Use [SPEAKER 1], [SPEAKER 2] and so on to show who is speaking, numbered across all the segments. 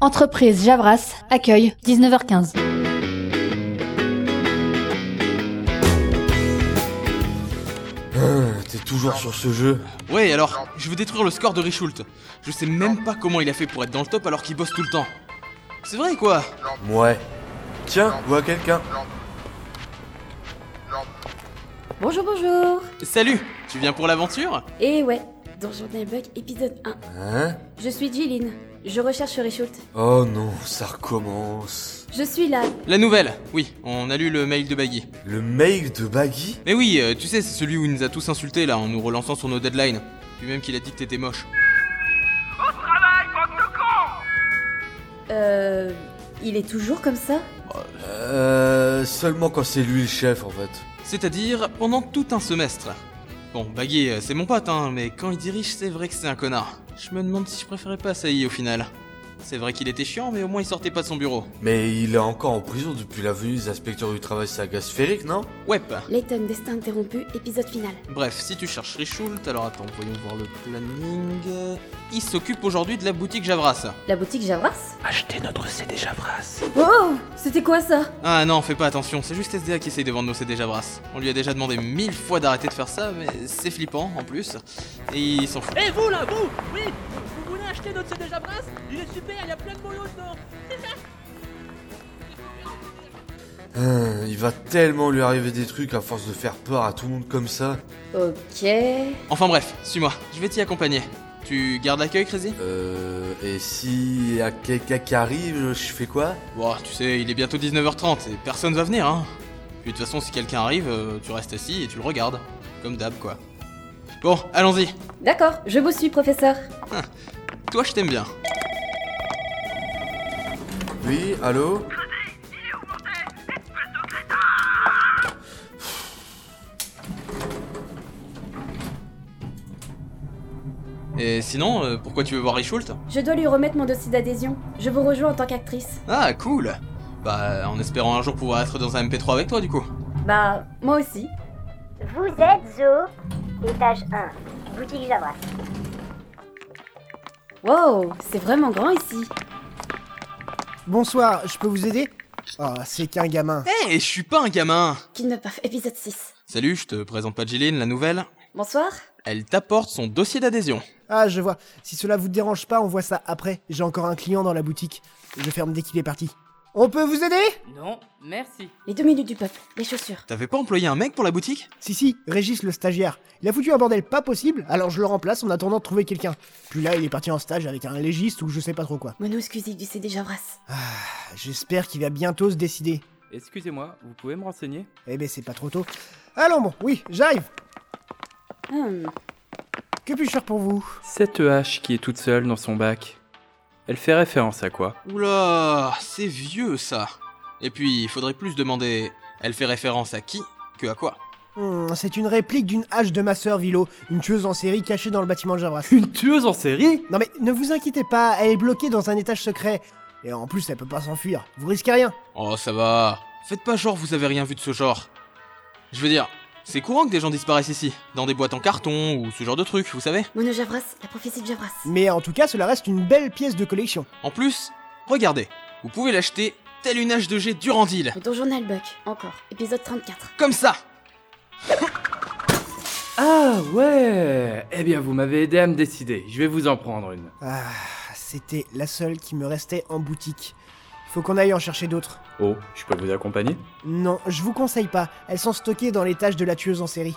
[SPEAKER 1] Entreprise Javras accueille 19h15.
[SPEAKER 2] T'es toujours sur ce jeu
[SPEAKER 3] Ouais, alors, je veux détruire le score de Richult. Je sais même pas comment il a fait pour être dans le top alors qu'il bosse tout le temps. C'est vrai quoi
[SPEAKER 2] Ouais. Tiens, vois quelqu'un.
[SPEAKER 4] Bonjour, bonjour
[SPEAKER 3] Salut Tu viens pour l'aventure
[SPEAKER 4] Et Eh ouais, dans Journal Bug, épisode 1.
[SPEAKER 2] Hein
[SPEAKER 4] Je suis Jilin, je recherche Richult.
[SPEAKER 2] Oh non, ça recommence.
[SPEAKER 4] Je suis là.
[SPEAKER 3] La nouvelle Oui, on a lu le mail de Baggy.
[SPEAKER 2] Le mail de Baggy
[SPEAKER 3] Mais oui, euh, tu sais, c'est celui où il nous a tous insultés là en nous relançant sur nos deadlines. Puis même qu'il a dit que t'étais moche.
[SPEAKER 4] Euh. Il est toujours comme ça
[SPEAKER 2] Euh. Seulement quand c'est lui le chef en fait.
[SPEAKER 3] C'est-à-dire pendant tout un semestre. Bon, Baggy, euh, c'est mon pote, hein, mais quand il dirige, c'est vrai que c'est un connard. Je me demande si je préférais pas Saï au final. C'est vrai qu'il était chiant, mais au moins il sortait pas de son bureau.
[SPEAKER 2] Mais il est encore en prison depuis la venue des inspecteurs du travail saga sphérique, non
[SPEAKER 3] Ouais,
[SPEAKER 4] Layton, destin interrompu, épisode final.
[SPEAKER 3] Bref, si tu cherches Richult, alors attends, voyons voir le planning. Euh, Il s'occupe aujourd'hui de la boutique Javras.
[SPEAKER 4] La boutique Javras
[SPEAKER 5] Achetez notre CD Javras.
[SPEAKER 4] Oh C'était quoi ça
[SPEAKER 3] Ah non, fais pas attention, c'est juste SDA qui essaye de vendre nos CD Javras. On lui a déjà demandé mille fois d'arrêter de faire ça, mais c'est flippant en plus. Et il s'en fout.
[SPEAKER 5] Et Eh, vous là, vous Oui Vous voulez acheter notre CD Javras Il est super, il y a plein de moyens dedans
[SPEAKER 2] Hein, Il va tellement lui arriver des trucs à force de faire peur à tout le monde comme ça.
[SPEAKER 4] Ok.
[SPEAKER 3] Enfin bref, suis-moi, je vais t'y accompagner. Tu gardes l'accueil, Crazy
[SPEAKER 2] Euh. Et si y a quelqu'un qui arrive, je fais quoi
[SPEAKER 3] Bon, tu sais, il est bientôt 19h30 et personne va venir, hein. Puis de toute façon, si quelqu'un arrive, euh, tu restes assis et tu le regardes. Comme d'hab, quoi. Bon, allons-y.
[SPEAKER 4] D'accord, je vous suis, professeur.
[SPEAKER 3] Toi, je t'aime bien.
[SPEAKER 2] Oui, allô
[SPEAKER 3] Et sinon, euh, pourquoi tu veux voir Richult
[SPEAKER 4] Je dois lui remettre mon dossier d'adhésion. Je vous rejoins en tant qu'actrice.
[SPEAKER 3] Ah, cool Bah, en espérant un jour pouvoir être dans un MP3 avec toi, du coup.
[SPEAKER 4] Bah, moi aussi.
[SPEAKER 6] Vous êtes au étage 1, boutique Javras.
[SPEAKER 4] Wow, c'est vraiment grand ici.
[SPEAKER 7] Bonsoir, je peux vous aider Oh, c'est qu'un gamin.
[SPEAKER 3] Hé, Eh, je suis pas un gamin
[SPEAKER 4] Kidnap Puff, épisode 6.
[SPEAKER 3] Salut, je te présente pas Jillian, la nouvelle.
[SPEAKER 4] Bonsoir.
[SPEAKER 3] Elle t'apporte son dossier d'adhésion.
[SPEAKER 7] Ah, je vois. Si cela vous dérange pas, on voit ça après. J'ai encore un client dans la boutique. Je ferme dès qu'il est parti. On peut vous aider
[SPEAKER 8] Non, merci.
[SPEAKER 4] Les deux minutes du peuple, les chaussures.
[SPEAKER 3] T'avais pas employé un mec pour la boutique
[SPEAKER 7] Si, si, Régis le stagiaire. Il a foutu un bordel pas possible, alors je le remplace en attendant de trouver quelqu'un. Puis là, il est parti en stage avec un légiste ou je sais pas trop quoi. Ah,
[SPEAKER 4] Mono exclusive du CD Javras.
[SPEAKER 7] J'espère qu'il va bientôt se décider.
[SPEAKER 8] Excusez-moi, vous pouvez me renseigner
[SPEAKER 7] Eh ben, c'est pas trop tôt. Allons, bon, oui, j'arrive.
[SPEAKER 4] Hmm.
[SPEAKER 7] Que puis-je faire pour vous
[SPEAKER 8] Cette hache qui est toute seule dans son bac, elle fait référence à quoi
[SPEAKER 3] Oula, c'est vieux ça. Et puis, il faudrait plus demander elle fait référence à qui que à quoi.
[SPEAKER 7] Hmm, C'est une réplique d'une hache de ma sœur Vilo, une tueuse en série cachée dans le bâtiment de Javras.
[SPEAKER 8] Une tueuse en série
[SPEAKER 7] Non mais ne vous inquiétez pas, elle est bloquée dans un étage secret. Et en plus, elle peut pas s'enfuir. Vous risquez rien.
[SPEAKER 3] Oh, ça va. Faites pas genre vous avez rien vu de ce genre. Je veux dire, c'est courant que des gens disparaissent ici, dans des boîtes en carton ou ce genre de trucs, vous savez.
[SPEAKER 4] Mono Javras, la prophétie de Javras.
[SPEAKER 7] Mais en tout cas, cela reste une belle pièce de collection.
[SPEAKER 3] En plus, regardez, vous pouvez l'acheter tel une H2G Durandil.
[SPEAKER 4] Dans Journal Buck, encore, épisode 34.
[SPEAKER 3] Comme ça
[SPEAKER 8] Ah ouais Eh bien, vous m'avez aidé à me décider, je vais vous en prendre une.
[SPEAKER 7] Ah, c'était la seule qui me restait en boutique. Faut qu'on aille en chercher d'autres.
[SPEAKER 8] Oh, je peux vous accompagner
[SPEAKER 7] Non, je vous conseille pas. Elles sont stockées dans l'étage de la tueuse en série.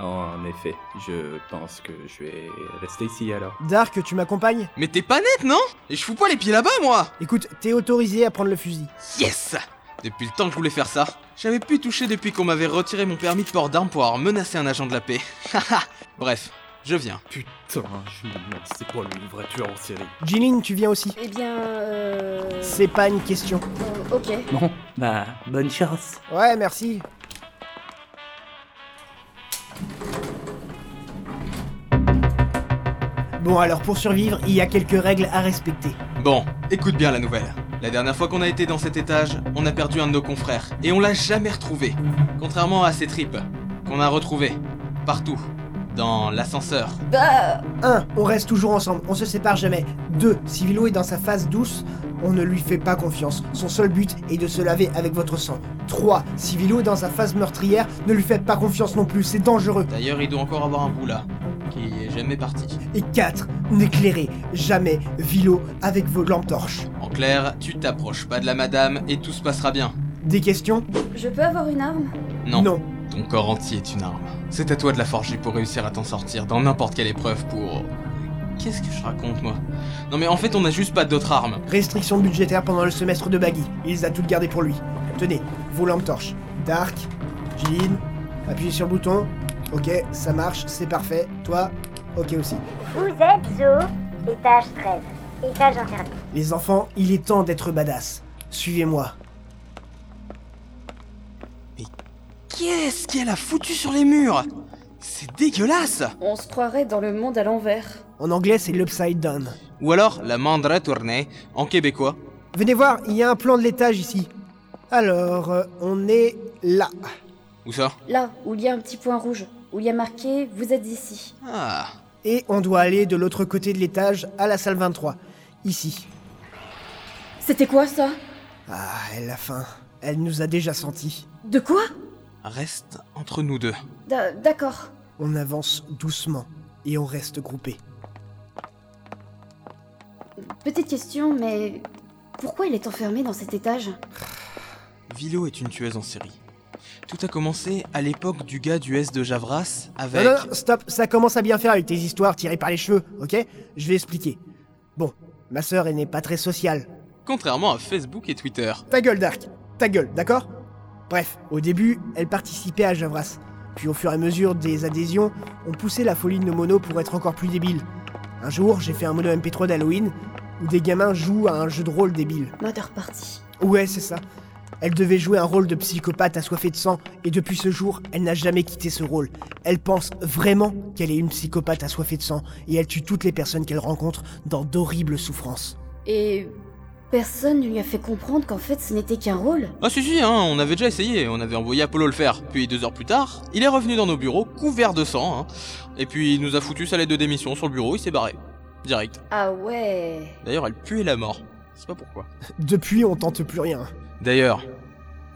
[SPEAKER 8] En effet, je pense que je vais rester ici alors.
[SPEAKER 7] Dark, tu m'accompagnes
[SPEAKER 3] Mais t'es pas net, non Et je fous pas les pieds là-bas, moi
[SPEAKER 7] Écoute, t'es autorisé à prendre le fusil.
[SPEAKER 3] Yes Depuis le temps que je voulais faire ça, j'avais pu toucher depuis qu'on m'avait retiré mon permis de port d'armes pour avoir menacé un agent de la paix. Haha. Bref, je viens.
[SPEAKER 8] Putain, je me demande c'est quoi le vrai tueur en série
[SPEAKER 7] Jilin, tu viens aussi.
[SPEAKER 4] Eh bien, euh...
[SPEAKER 7] C'est pas une question.
[SPEAKER 4] euh, ok.
[SPEAKER 8] Bon, bah, bonne chance.
[SPEAKER 7] Ouais, merci. Bon alors, pour survivre, il y a quelques règles à respecter.
[SPEAKER 3] Bon, écoute bien la nouvelle. La dernière fois qu'on a été dans cet étage, on a perdu un de nos confrères, et on l'a jamais retrouvé. Contrairement à ses tripes, qu'on a retrouvées, partout, dans l'ascenseur.
[SPEAKER 9] Bah,
[SPEAKER 7] 1. On reste toujours ensemble, on se sépare jamais. 2. Si Vilo est dans sa phase douce, on ne lui fait pas confiance. Son seul but est de se laver avec votre sang. 3. Si Vilo est dans sa phase meurtrière, ne lui faites pas confiance non plus, c'est dangereux.
[SPEAKER 3] D'ailleurs, il doit encore avoir un bout là, qui est jamais parti.
[SPEAKER 7] Et 4. N'éclairez jamais Vilo avec vos lampes torches.
[SPEAKER 3] En clair, tu t'approches pas de la madame et tout se passera bien.
[SPEAKER 7] Des questions
[SPEAKER 4] Je peux avoir une arme
[SPEAKER 3] Non. Ton corps entier est une arme. C'est à toi de la forger pour réussir à t'en sortir dans n'importe quelle épreuve pour... Qu'est-ce que je raconte moi Non mais en fait on n'a juste pas d'autres armes.
[SPEAKER 7] Restrictions budgétaires pendant le semestre de Baggy. Il les a toutes gardées pour lui. Tenez, vos lampes torches. Dark, Jean, appuyez sur le bouton. Ok, ça marche, c'est parfait. Toi, ok aussi.
[SPEAKER 6] Vous êtes au étage 13, étage interdit.
[SPEAKER 7] Les enfants, il est temps d'être badass. Suivez-moi.
[SPEAKER 3] Qu'est-ce qu'elle a foutu sur les murs C'est dégueulasse
[SPEAKER 9] on se croirait dans le monde à l'envers.
[SPEAKER 7] En anglais, c'est l'upside down.
[SPEAKER 3] Ou alors la mandra tournée en québécois.
[SPEAKER 7] Venez voir, il y a un plan de l'étage ici. Alors, euh, on est là.
[SPEAKER 3] Où ça
[SPEAKER 4] Là, où il y a un petit point rouge, où il y a marqué Vous êtes ici.
[SPEAKER 3] Ah,
[SPEAKER 7] Et on doit aller de l'autre côté de l'étage à la salle 23. Ici.
[SPEAKER 4] C'était quoi ça
[SPEAKER 7] Ah, elle a faim. Elle nous a déjà sentis.
[SPEAKER 4] De quoi
[SPEAKER 3] reste entre nous deux.
[SPEAKER 4] D'a- D'accord.
[SPEAKER 7] On avance doucement et on reste groupés.
[SPEAKER 4] Petite question, mais. Pourquoi il est enfermé dans cet étage
[SPEAKER 3] Vilo est une tueuse en série. Tout a commencé à l'époque du gars du S de Javras
[SPEAKER 7] Non,
[SPEAKER 3] avec...
[SPEAKER 7] non, non, stop, ça commence à bien faire avec tes histoires tirées par les cheveux, ok Je vais expliquer. Bon, ma sœur, elle n'est pas très sociale.
[SPEAKER 3] Contrairement à Facebook et Twitter.
[SPEAKER 7] Ta gueule, Dark. Ta gueule, d'accord Bref, au début, elle participait à Javras. Puis au fur et à mesure des adhésions, on poussait la folie de nos monos pour être encore plus débiles. Un jour, j'ai fait un mono MP3 d'Halloween où des gamins jouent à un jeu de rôle débile.
[SPEAKER 4] Mother Party.
[SPEAKER 7] Ouais, c'est ça. Elle devait jouer un rôle de psychopathe assoiffée de sang, et depuis ce jour, elle n'a jamais quitté ce rôle. Elle pense vraiment qu'elle est une psychopathe assoiffée de sang, et elle tue toutes les personnes qu'elle rencontre dans d'horribles souffrances.
[SPEAKER 4] Et. Personne ne lui a fait comprendre qu'en fait ce n'était qu'un rôle
[SPEAKER 3] Ah si si, hein, on avait déjà essayé, on avait envoyé Apollo le faire. Puis deux heures plus tard, il est revenu dans nos bureaux, couvert de sang, hein. Et puis il nous a foutu sa lettre de démission sur le bureau, il s'est barré. Direct.
[SPEAKER 4] Ah ouais.
[SPEAKER 3] D'ailleurs, elle puait la mort. Je sais pas pourquoi.
[SPEAKER 7] Depuis, on tente plus rien.
[SPEAKER 3] D'ailleurs,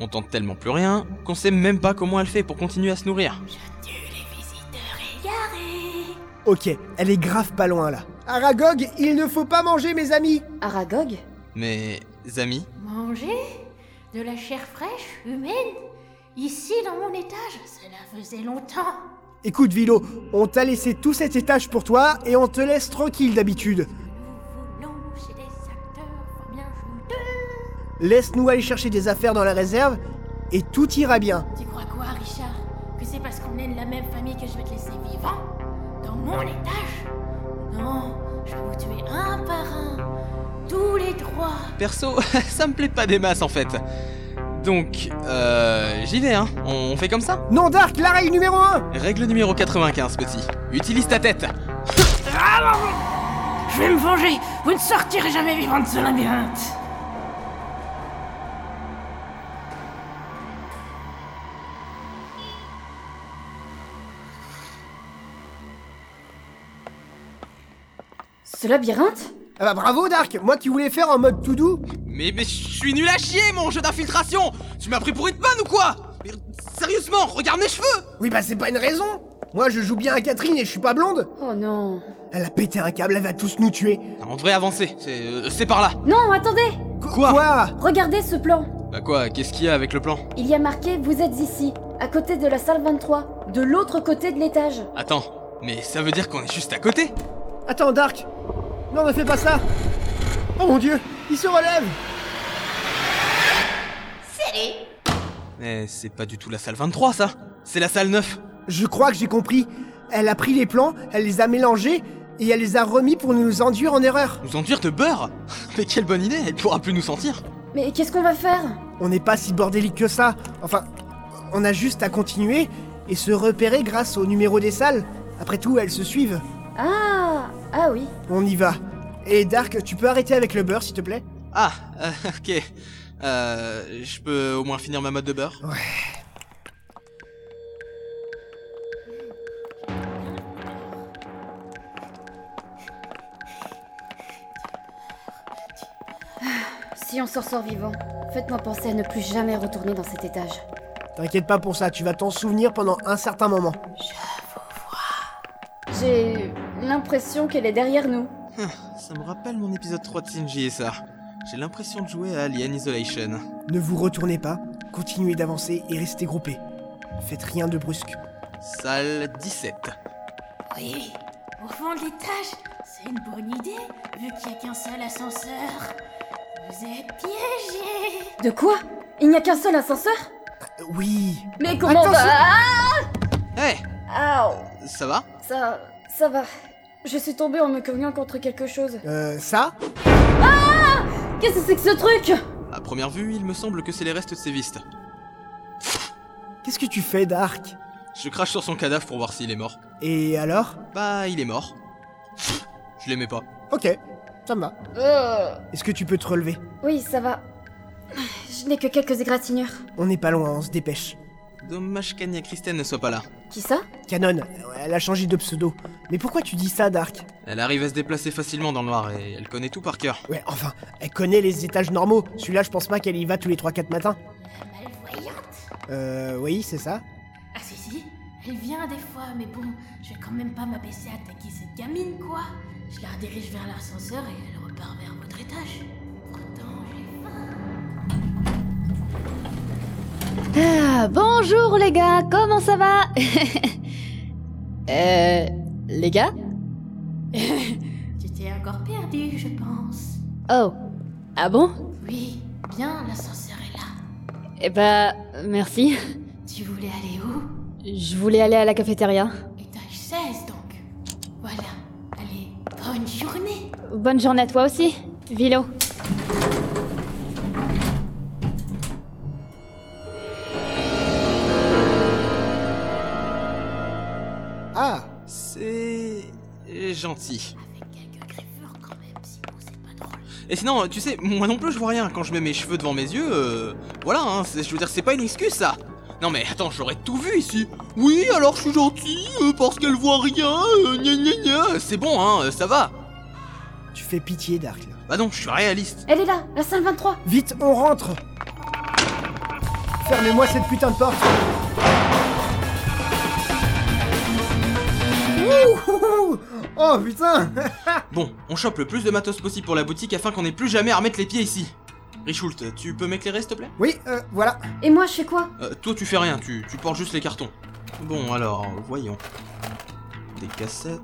[SPEAKER 3] on tente tellement plus rien qu'on sait même pas comment elle fait pour continuer à se nourrir.
[SPEAKER 7] Ok, elle est grave pas loin là. Aragog, il ne faut pas manger, mes amis
[SPEAKER 4] Aragog
[SPEAKER 3] Mais, amis,
[SPEAKER 10] Manger De la chair fraîche, humaine Ici, dans mon étage, cela faisait longtemps.
[SPEAKER 7] Écoute, Vilo, on t'a laissé tout cet étage pour toi, et on te laisse tranquille d'habitude.
[SPEAKER 10] Nous voulons chez des acteurs fort bien juteux.
[SPEAKER 7] Laisse-nous aller chercher des affaires dans la réserve, et tout ira bien.
[SPEAKER 10] Tu crois quoi, Richard Que c'est parce qu'on est de la même famille que je vais te laisser vivant Dans mon étage Non, je vais vous tuer un par un. Tous les trois.
[SPEAKER 3] perso, ça me plaît pas des masses en fait. Donc, euh, j'y vais, hein. On fait comme ça
[SPEAKER 7] Non, Dark, la règle numéro 1
[SPEAKER 3] Règle numéro 95, petit. Utilise ta tête.
[SPEAKER 10] Je vais me venger Vous ne sortirez jamais vivant de ce labyrinthe
[SPEAKER 4] Ce labyrinthe
[SPEAKER 7] Ah bah bravo Dark, moi qui voulais faire en mode tout doux.
[SPEAKER 3] Mais, mais je suis nul à chier, mon jeu d'infiltration Tu m'as pris pour Hitman ou quoi Mais, Sérieusement, regarde mes cheveux
[SPEAKER 7] Oui bah c'est pas une raison. Moi je joue bien à Catherine et je suis pas blonde.
[SPEAKER 4] Oh non
[SPEAKER 7] Elle a pété un câble, elle va tous nous tuer.
[SPEAKER 3] On devrait avancer, c'est euh, c'est par là.
[SPEAKER 4] Non, attendez
[SPEAKER 3] Quoi
[SPEAKER 4] Regardez ce plan
[SPEAKER 3] Bah quoi, qu'est-ce qu'il y a avec le plan
[SPEAKER 4] Il y a marqué Vous êtes ici, à côté de la salle 23, de l'autre côté de l'étage.
[SPEAKER 3] Attends, mais ça veut dire qu'on est juste à côté
[SPEAKER 7] Attends Dark. Non ne fais pas ça. Oh mon dieu, il se relève.
[SPEAKER 3] Mais c'est pas du tout la salle 23 ça C'est la salle 9
[SPEAKER 7] Je crois que j'ai compris. Elle a pris les plans, elle les a mélangés et elle les a remis pour nous induire en erreur.
[SPEAKER 3] Nous enduire de beurre Mais quelle bonne idée, elle pourra plus nous sentir
[SPEAKER 4] Mais qu'est-ce qu'on va faire
[SPEAKER 7] On n'est pas si bordélique que ça. Enfin, on a juste à continuer et se repérer grâce au numéro des salles. Après tout, elles se suivent.
[SPEAKER 4] Ah Ah oui
[SPEAKER 7] On y va. Et Dark, tu peux arrêter avec le beurre s'il te plaît
[SPEAKER 3] Ah, euh, ok. Euh, je peux au moins finir ma mode de beurre
[SPEAKER 4] si on s'en sort vivant, faites-moi penser à ne plus jamais retourner dans cet étage.
[SPEAKER 7] T'inquiète pas pour ça, tu vas t'en souvenir pendant un certain moment.
[SPEAKER 4] J'ai l'impression qu'elle est derrière nous.
[SPEAKER 3] Ça me rappelle mon épisode 3 de Shinji et ça. J'ai l'impression de jouer à Alien Isolation.
[SPEAKER 7] Ne vous retournez pas, continuez d'avancer et restez groupés. Faites rien de brusque.
[SPEAKER 3] Salle 17.
[SPEAKER 10] Oui, au fond de l'étage, c'est une bonne idée, vu qu'il n'y a qu'un seul ascenseur. Vous êtes piégés
[SPEAKER 4] De quoi Il n'y a qu'un seul ascenseur
[SPEAKER 7] Euh, Oui,
[SPEAKER 4] Mais comment on va
[SPEAKER 3] Hé
[SPEAKER 4] Ah, Aouh,
[SPEAKER 3] Ça va
[SPEAKER 4] Ça... ça va. Je suis tombée en me cognant contre quelque chose.
[SPEAKER 7] euh, ça
[SPEAKER 4] Qu'est-ce que c'est que ce truc
[SPEAKER 3] À première vue, il me semble que c'est les restes de ses vistes.
[SPEAKER 7] Qu'est-ce que tu fais, Dark
[SPEAKER 3] Je crache sur son cadavre pour voir s'il est mort.
[SPEAKER 7] Et alors
[SPEAKER 3] Bah, il est mort. Je l'aimais pas.
[SPEAKER 7] Ok, ça me va. Est-ce que tu peux te relever
[SPEAKER 4] Oui, ça va. Je n'ai que quelques égratignures.
[SPEAKER 7] On n'est pas loin, on se dépêche.
[SPEAKER 3] Dommage qu'Anya Christen ne soit pas là.
[SPEAKER 4] Qui ça
[SPEAKER 7] Canon, euh, elle a changé de pseudo. Mais pourquoi tu dis ça, Dark
[SPEAKER 3] Elle arrive à se déplacer facilement dans le noir et elle connaît tout par cœur.
[SPEAKER 7] Ouais, enfin, elle connaît les étages normaux. Celui-là, je pense pas qu'elle y va tous les 3-4 matins.
[SPEAKER 10] La malvoyante
[SPEAKER 7] Euh, oui, c'est ça.
[SPEAKER 10] Ah si si, elle vient des fois, mais bon, je vais quand même pas m'abaisser à attaquer cette gamine, quoi Je la redirige vers l'ascenseur et elle repart vers votre étage. Pourtant, j'ai faim.
[SPEAKER 1] Ah, bonjour les gars, comment ça va Euh. Les gars
[SPEAKER 10] Tu t'es encore perdu, je pense.
[SPEAKER 1] Oh. Ah bon
[SPEAKER 10] Oui, bien, l'ascenseur est là.
[SPEAKER 1] Eh bah, merci.
[SPEAKER 10] Tu voulais aller où
[SPEAKER 1] Je voulais aller à la cafétéria.
[SPEAKER 10] Étage 16, donc. Voilà. Allez, bonne journée
[SPEAKER 1] Bonne journée à toi aussi, Vilo.
[SPEAKER 7] Ah,
[SPEAKER 3] C'est. gentil.
[SPEAKER 10] Avec quelques griffures quand même, sinon c'est pas drôle.
[SPEAKER 3] Et sinon, tu sais, moi non plus je vois rien quand je mets mes cheveux devant mes yeux. euh, Voilà, hein, c'est- je veux dire, c'est pas une excuse ça. Non mais attends, j'aurais tout vu ici. Oui, alors je suis gentil euh, parce qu'elle voit rien. euh, gna gna gna. C'est bon, hein, euh, ça va.
[SPEAKER 7] tu fais pitié, Dark. là.
[SPEAKER 3] Bah non, je suis réaliste.
[SPEAKER 4] Elle est là, la salle 23
[SPEAKER 7] Vite, on rentre Fermez-moi cette putain de porte Ouhouhou Oh putain
[SPEAKER 3] Bon, on chope le plus de matos possible pour la boutique afin qu'on n'ait plus jamais à remettre les pieds ici. Richoult, tu peux m'éclairer s'il te plaît
[SPEAKER 7] Oui, euh, voilà.
[SPEAKER 4] Et moi, je fais quoi
[SPEAKER 3] Euh, Toi tu fais rien, tu, tu portes juste les cartons. Bon alors, voyons. Des cassettes.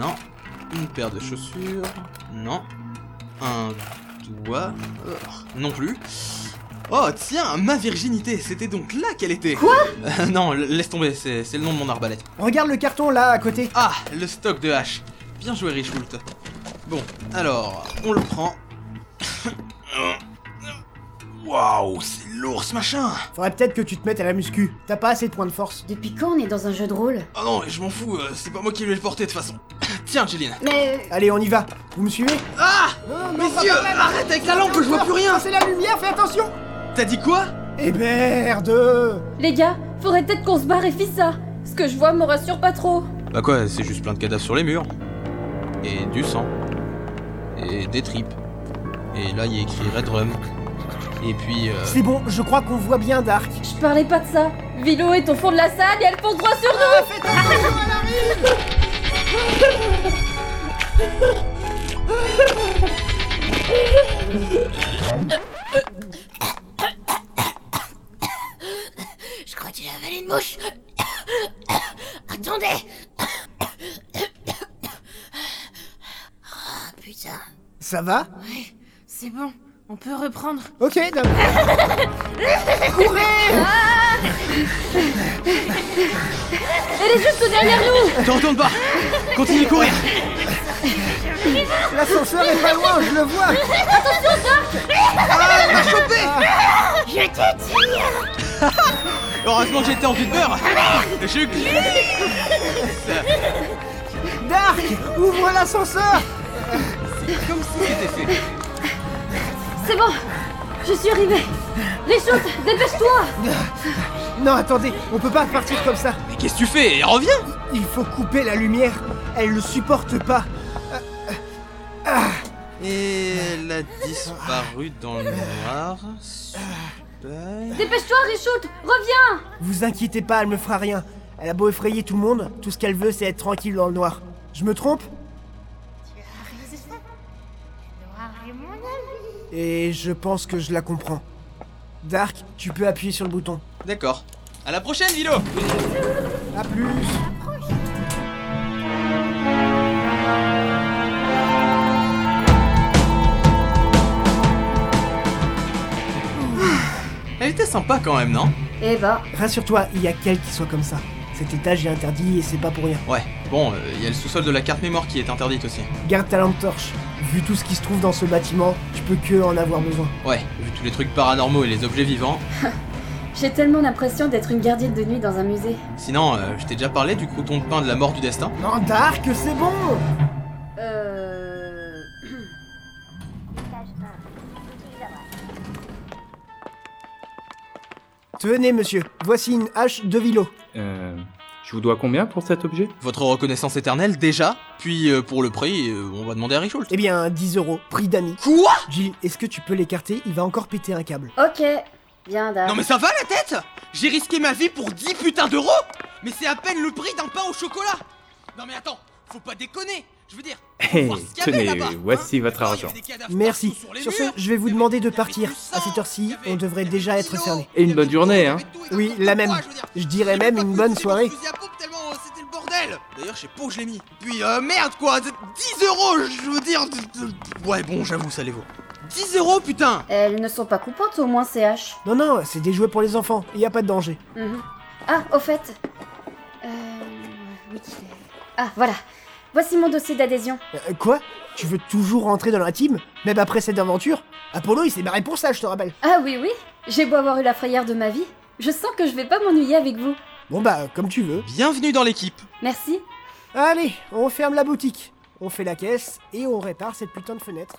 [SPEAKER 3] Non. Une paire de chaussures. Non. Un doigt. euh, non plus. Oh tiens, ma virginité, c'était donc là qu'elle était Quoi Non, l- laisse tomber, c'est c'est le nom de mon arbalète.
[SPEAKER 7] Regarde le carton là à côté.
[SPEAKER 3] Ah, le stock de haches. Bien joué Richoult. Bon, alors, on le prend. Waouh, c'est lourd ce machin
[SPEAKER 7] Faudrait peut-être que tu te mettes à la muscu. T'as pas assez de points de force.
[SPEAKER 4] Depuis quand on est dans un jeu de rôle
[SPEAKER 3] Ah non, je m'en fous, euh, c'est pas moi qui vais le porter de toute façon. Tiens, Géline.
[SPEAKER 4] Mais...
[SPEAKER 7] Allez, on y va. Vous me suivez
[SPEAKER 3] Ah
[SPEAKER 7] Non, non,
[SPEAKER 3] Messieurs,
[SPEAKER 7] pas par là.
[SPEAKER 3] arrête avec la lampe, je vois plus rien
[SPEAKER 7] C'est la lumière, fais attention
[SPEAKER 3] T'as dit quoi
[SPEAKER 7] Eh merde
[SPEAKER 4] Les gars, faudrait peut-être qu'on se barre et fisse ça Ce que je vois me rassure pas trop
[SPEAKER 3] Bah quoi, c'est juste plein de cadavres sur les murs. Et du sang. Et des tripes. Et là, il y a écrit Red Rum. Et puis... euh,
[SPEAKER 7] C'est bon, je crois qu'on voit bien Dark.
[SPEAKER 4] Je parlais pas de ça Vilo est au fond de la salle et elle fonce droit sur nous
[SPEAKER 10] Je crois qu'il a avalé une mouche Attendez Ah putain
[SPEAKER 7] Ça va
[SPEAKER 10] Ouais, c'est bon, on peut reprendre.
[SPEAKER 7] Ok, d'accord. Courez
[SPEAKER 4] Elle est juste derrière nous
[SPEAKER 3] Te retourne pas Continue de courir
[SPEAKER 7] L'ascenseur est pas loin, je le vois Ah, Attention, Dark
[SPEAKER 10] Je te tire
[SPEAKER 3] Heureusement que j'étais en de peur Je glisse
[SPEAKER 7] Dark Ouvre l'ascenseur
[SPEAKER 3] comme si c'était fait.
[SPEAKER 4] C'est bon Je suis arrivée Les choses, dépêche-toi
[SPEAKER 7] Non, attendez, on peut pas partir comme ça.
[SPEAKER 3] Mais qu'est-ce que tu fais Et Reviens
[SPEAKER 7] Il faut couper la lumière. Elle le supporte pas. Ah, ah, ah.
[SPEAKER 3] Et elle a disparu dans le noir. Super.
[SPEAKER 4] Dépêche-toi, Richoult Reviens
[SPEAKER 7] Vous inquiétez pas, elle me fera rien. Elle a beau effrayer tout le monde, tout ce qu'elle veut, c'est être tranquille dans le noir. Je me trompe
[SPEAKER 10] Tu as raison. Le noir est mon ami.
[SPEAKER 7] Et je pense que je la comprends. Dark, tu peux appuyer sur le bouton.
[SPEAKER 3] D'accord. À la prochaine, Vilo
[SPEAKER 7] A plus
[SPEAKER 3] Elle était sympa quand même, non
[SPEAKER 4] Eh
[SPEAKER 1] ben,
[SPEAKER 4] bah,
[SPEAKER 7] Rassure-toi, il y a qu'elle qui soit comme ça. Cet étage est interdit et c'est pas pour rien.
[SPEAKER 3] Ouais. Bon, euh, il y a le sous-sol de la carte mémoire qui est interdite aussi.
[SPEAKER 7] Garde ta lampe torche. Vu tout ce qui se trouve dans ce bâtiment, tu peux que en avoir besoin.
[SPEAKER 3] Ouais, vu tous les trucs paranormaux et les objets vivants.
[SPEAKER 4] j'ai tellement l'impression d'être une gardienne de nuit dans un musée.
[SPEAKER 3] Sinon, euh, je t'ai déjà parlé du crouton de pain de la mort du destin.
[SPEAKER 7] Non, Dark, c'est bon
[SPEAKER 4] Euh...
[SPEAKER 6] Étage 1, boutique Javras.
[SPEAKER 7] Tenez, monsieur, voici une hache de vilo.
[SPEAKER 8] Euh, je vous dois combien pour cet objet
[SPEAKER 3] Votre reconnaissance éternelle, déjà. Puis, euh, pour le prix, euh, on va demander à Richoult.
[SPEAKER 7] Eh bien, 10 euros, prix d'ami.
[SPEAKER 3] Quoi
[SPEAKER 7] Jill, est-ce que tu peux l'écarter Il va encore péter un câble.
[SPEAKER 4] Ok, viens, Dark.
[SPEAKER 3] Non mais ça va la tête J'ai risqué ma vie pour 10 putains d'euros Mais c'est à peine le prix d'un pain au chocolat Non mais attends, faut pas déconner Je veux dire, faut
[SPEAKER 8] Hey,
[SPEAKER 3] voir ce qu'il y avait
[SPEAKER 8] Eh, tenez,
[SPEAKER 3] là-bas, hein.
[SPEAKER 8] voici votre
[SPEAKER 3] Non, il y
[SPEAKER 8] argent.
[SPEAKER 3] avait des cadavres
[SPEAKER 7] Merci.
[SPEAKER 3] partout sur les
[SPEAKER 7] Sur ce,
[SPEAKER 3] murs.
[SPEAKER 7] je vais vous
[SPEAKER 3] Il y avait-
[SPEAKER 7] demander
[SPEAKER 3] il
[SPEAKER 7] de
[SPEAKER 3] y avait
[SPEAKER 7] partir.
[SPEAKER 3] du sang,
[SPEAKER 7] À cette
[SPEAKER 3] il y
[SPEAKER 7] heure-ci,
[SPEAKER 3] avait-
[SPEAKER 7] on devrait
[SPEAKER 3] il y avait
[SPEAKER 7] déjà
[SPEAKER 3] des
[SPEAKER 7] être
[SPEAKER 3] kilos,
[SPEAKER 7] fermé.
[SPEAKER 8] Et une
[SPEAKER 3] il y avait
[SPEAKER 8] bonne
[SPEAKER 3] tout,
[SPEAKER 8] journée,
[SPEAKER 3] il y
[SPEAKER 8] hein.
[SPEAKER 3] avait tout, il y
[SPEAKER 7] Oui,
[SPEAKER 3] avait
[SPEAKER 7] la
[SPEAKER 3] tout,
[SPEAKER 7] même.
[SPEAKER 3] quoi, je veux dire.
[SPEAKER 7] Je
[SPEAKER 3] Je sais
[SPEAKER 7] dirais
[SPEAKER 3] même
[SPEAKER 7] même
[SPEAKER 3] pas
[SPEAKER 7] une
[SPEAKER 3] où
[SPEAKER 7] bonne
[SPEAKER 3] c'était
[SPEAKER 7] soirée.
[SPEAKER 3] mon fusil à pompe tellement euh, c'était le bordel D'ailleurs, je sais pas où je l'ai mis. Puis euh, merde quoi, c'est 10 euros, je veux dire... de- de- Ouais bon, j'avoue, ça les vaut. 10 euros putain
[SPEAKER 4] Elles ne sont pas coupantes au moins, CH.
[SPEAKER 7] Non, non, c'est des jouets pour les enfants. Il n'y a pas de danger.
[SPEAKER 4] Mhm. Ah, au fait. Euh... Oui. Ah, voilà. Voici mon dossier d'adhésion.
[SPEAKER 7] Euh, quoi Tu veux toujours rentrer dans la team Même après cette aventure Apollo, il s'est barré pour ça, je te rappelle.
[SPEAKER 4] Ah oui, oui. J'ai beau avoir eu la frayeur de ma vie, je sens que je vais pas m'ennuyer avec vous.
[SPEAKER 7] Bon bah, comme tu veux.
[SPEAKER 3] Bienvenue dans l'équipe
[SPEAKER 4] Merci.
[SPEAKER 7] Allez, on ferme la boutique. On fait la caisse et on répare cette putain de fenêtre.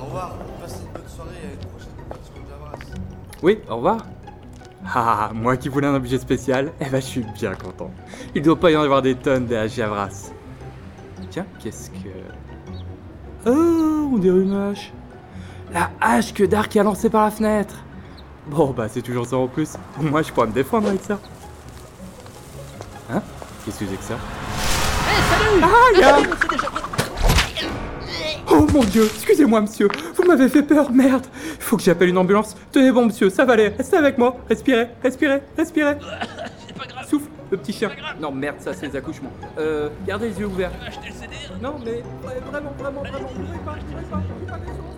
[SPEAKER 2] Au revoir, passez une bonne soirée et à une prochaine boutique de Javras.
[SPEAKER 8] Oui, au revoir. Ah, moi qui voulais un objet spécial, eh ben je suis bien content. Il doit pas y en avoir des tonnes des H. Javras. Tiens, qu'est-ce que... Oh, on dirait une hache. La hache que Dark a lancée par la fenêtre. Bon, bah c'est toujours ça en plus. Moi je pourrais me défendre avec ça. Hein Qu'est-ce que c'est que ça Ah, là Oh mon dieu, excusez-moi monsieur, vous m'avez fait peur, merde Faut que j'appelle une ambulance. Tenez bon monsieur, ça va aller, restez avec moi, respirez, respirez, respirez
[SPEAKER 5] C'est pas grave,
[SPEAKER 8] Souffle, le petit chien.
[SPEAKER 5] Pas grave.
[SPEAKER 8] Non merde, ça c'est les accouchements. Euh, gardez les yeux ouverts.
[SPEAKER 5] je vais acheter le CD.
[SPEAKER 8] Non mais, ouais, vraiment, vraiment, vraiment, courez pas, courez pas, courez pas, les autres.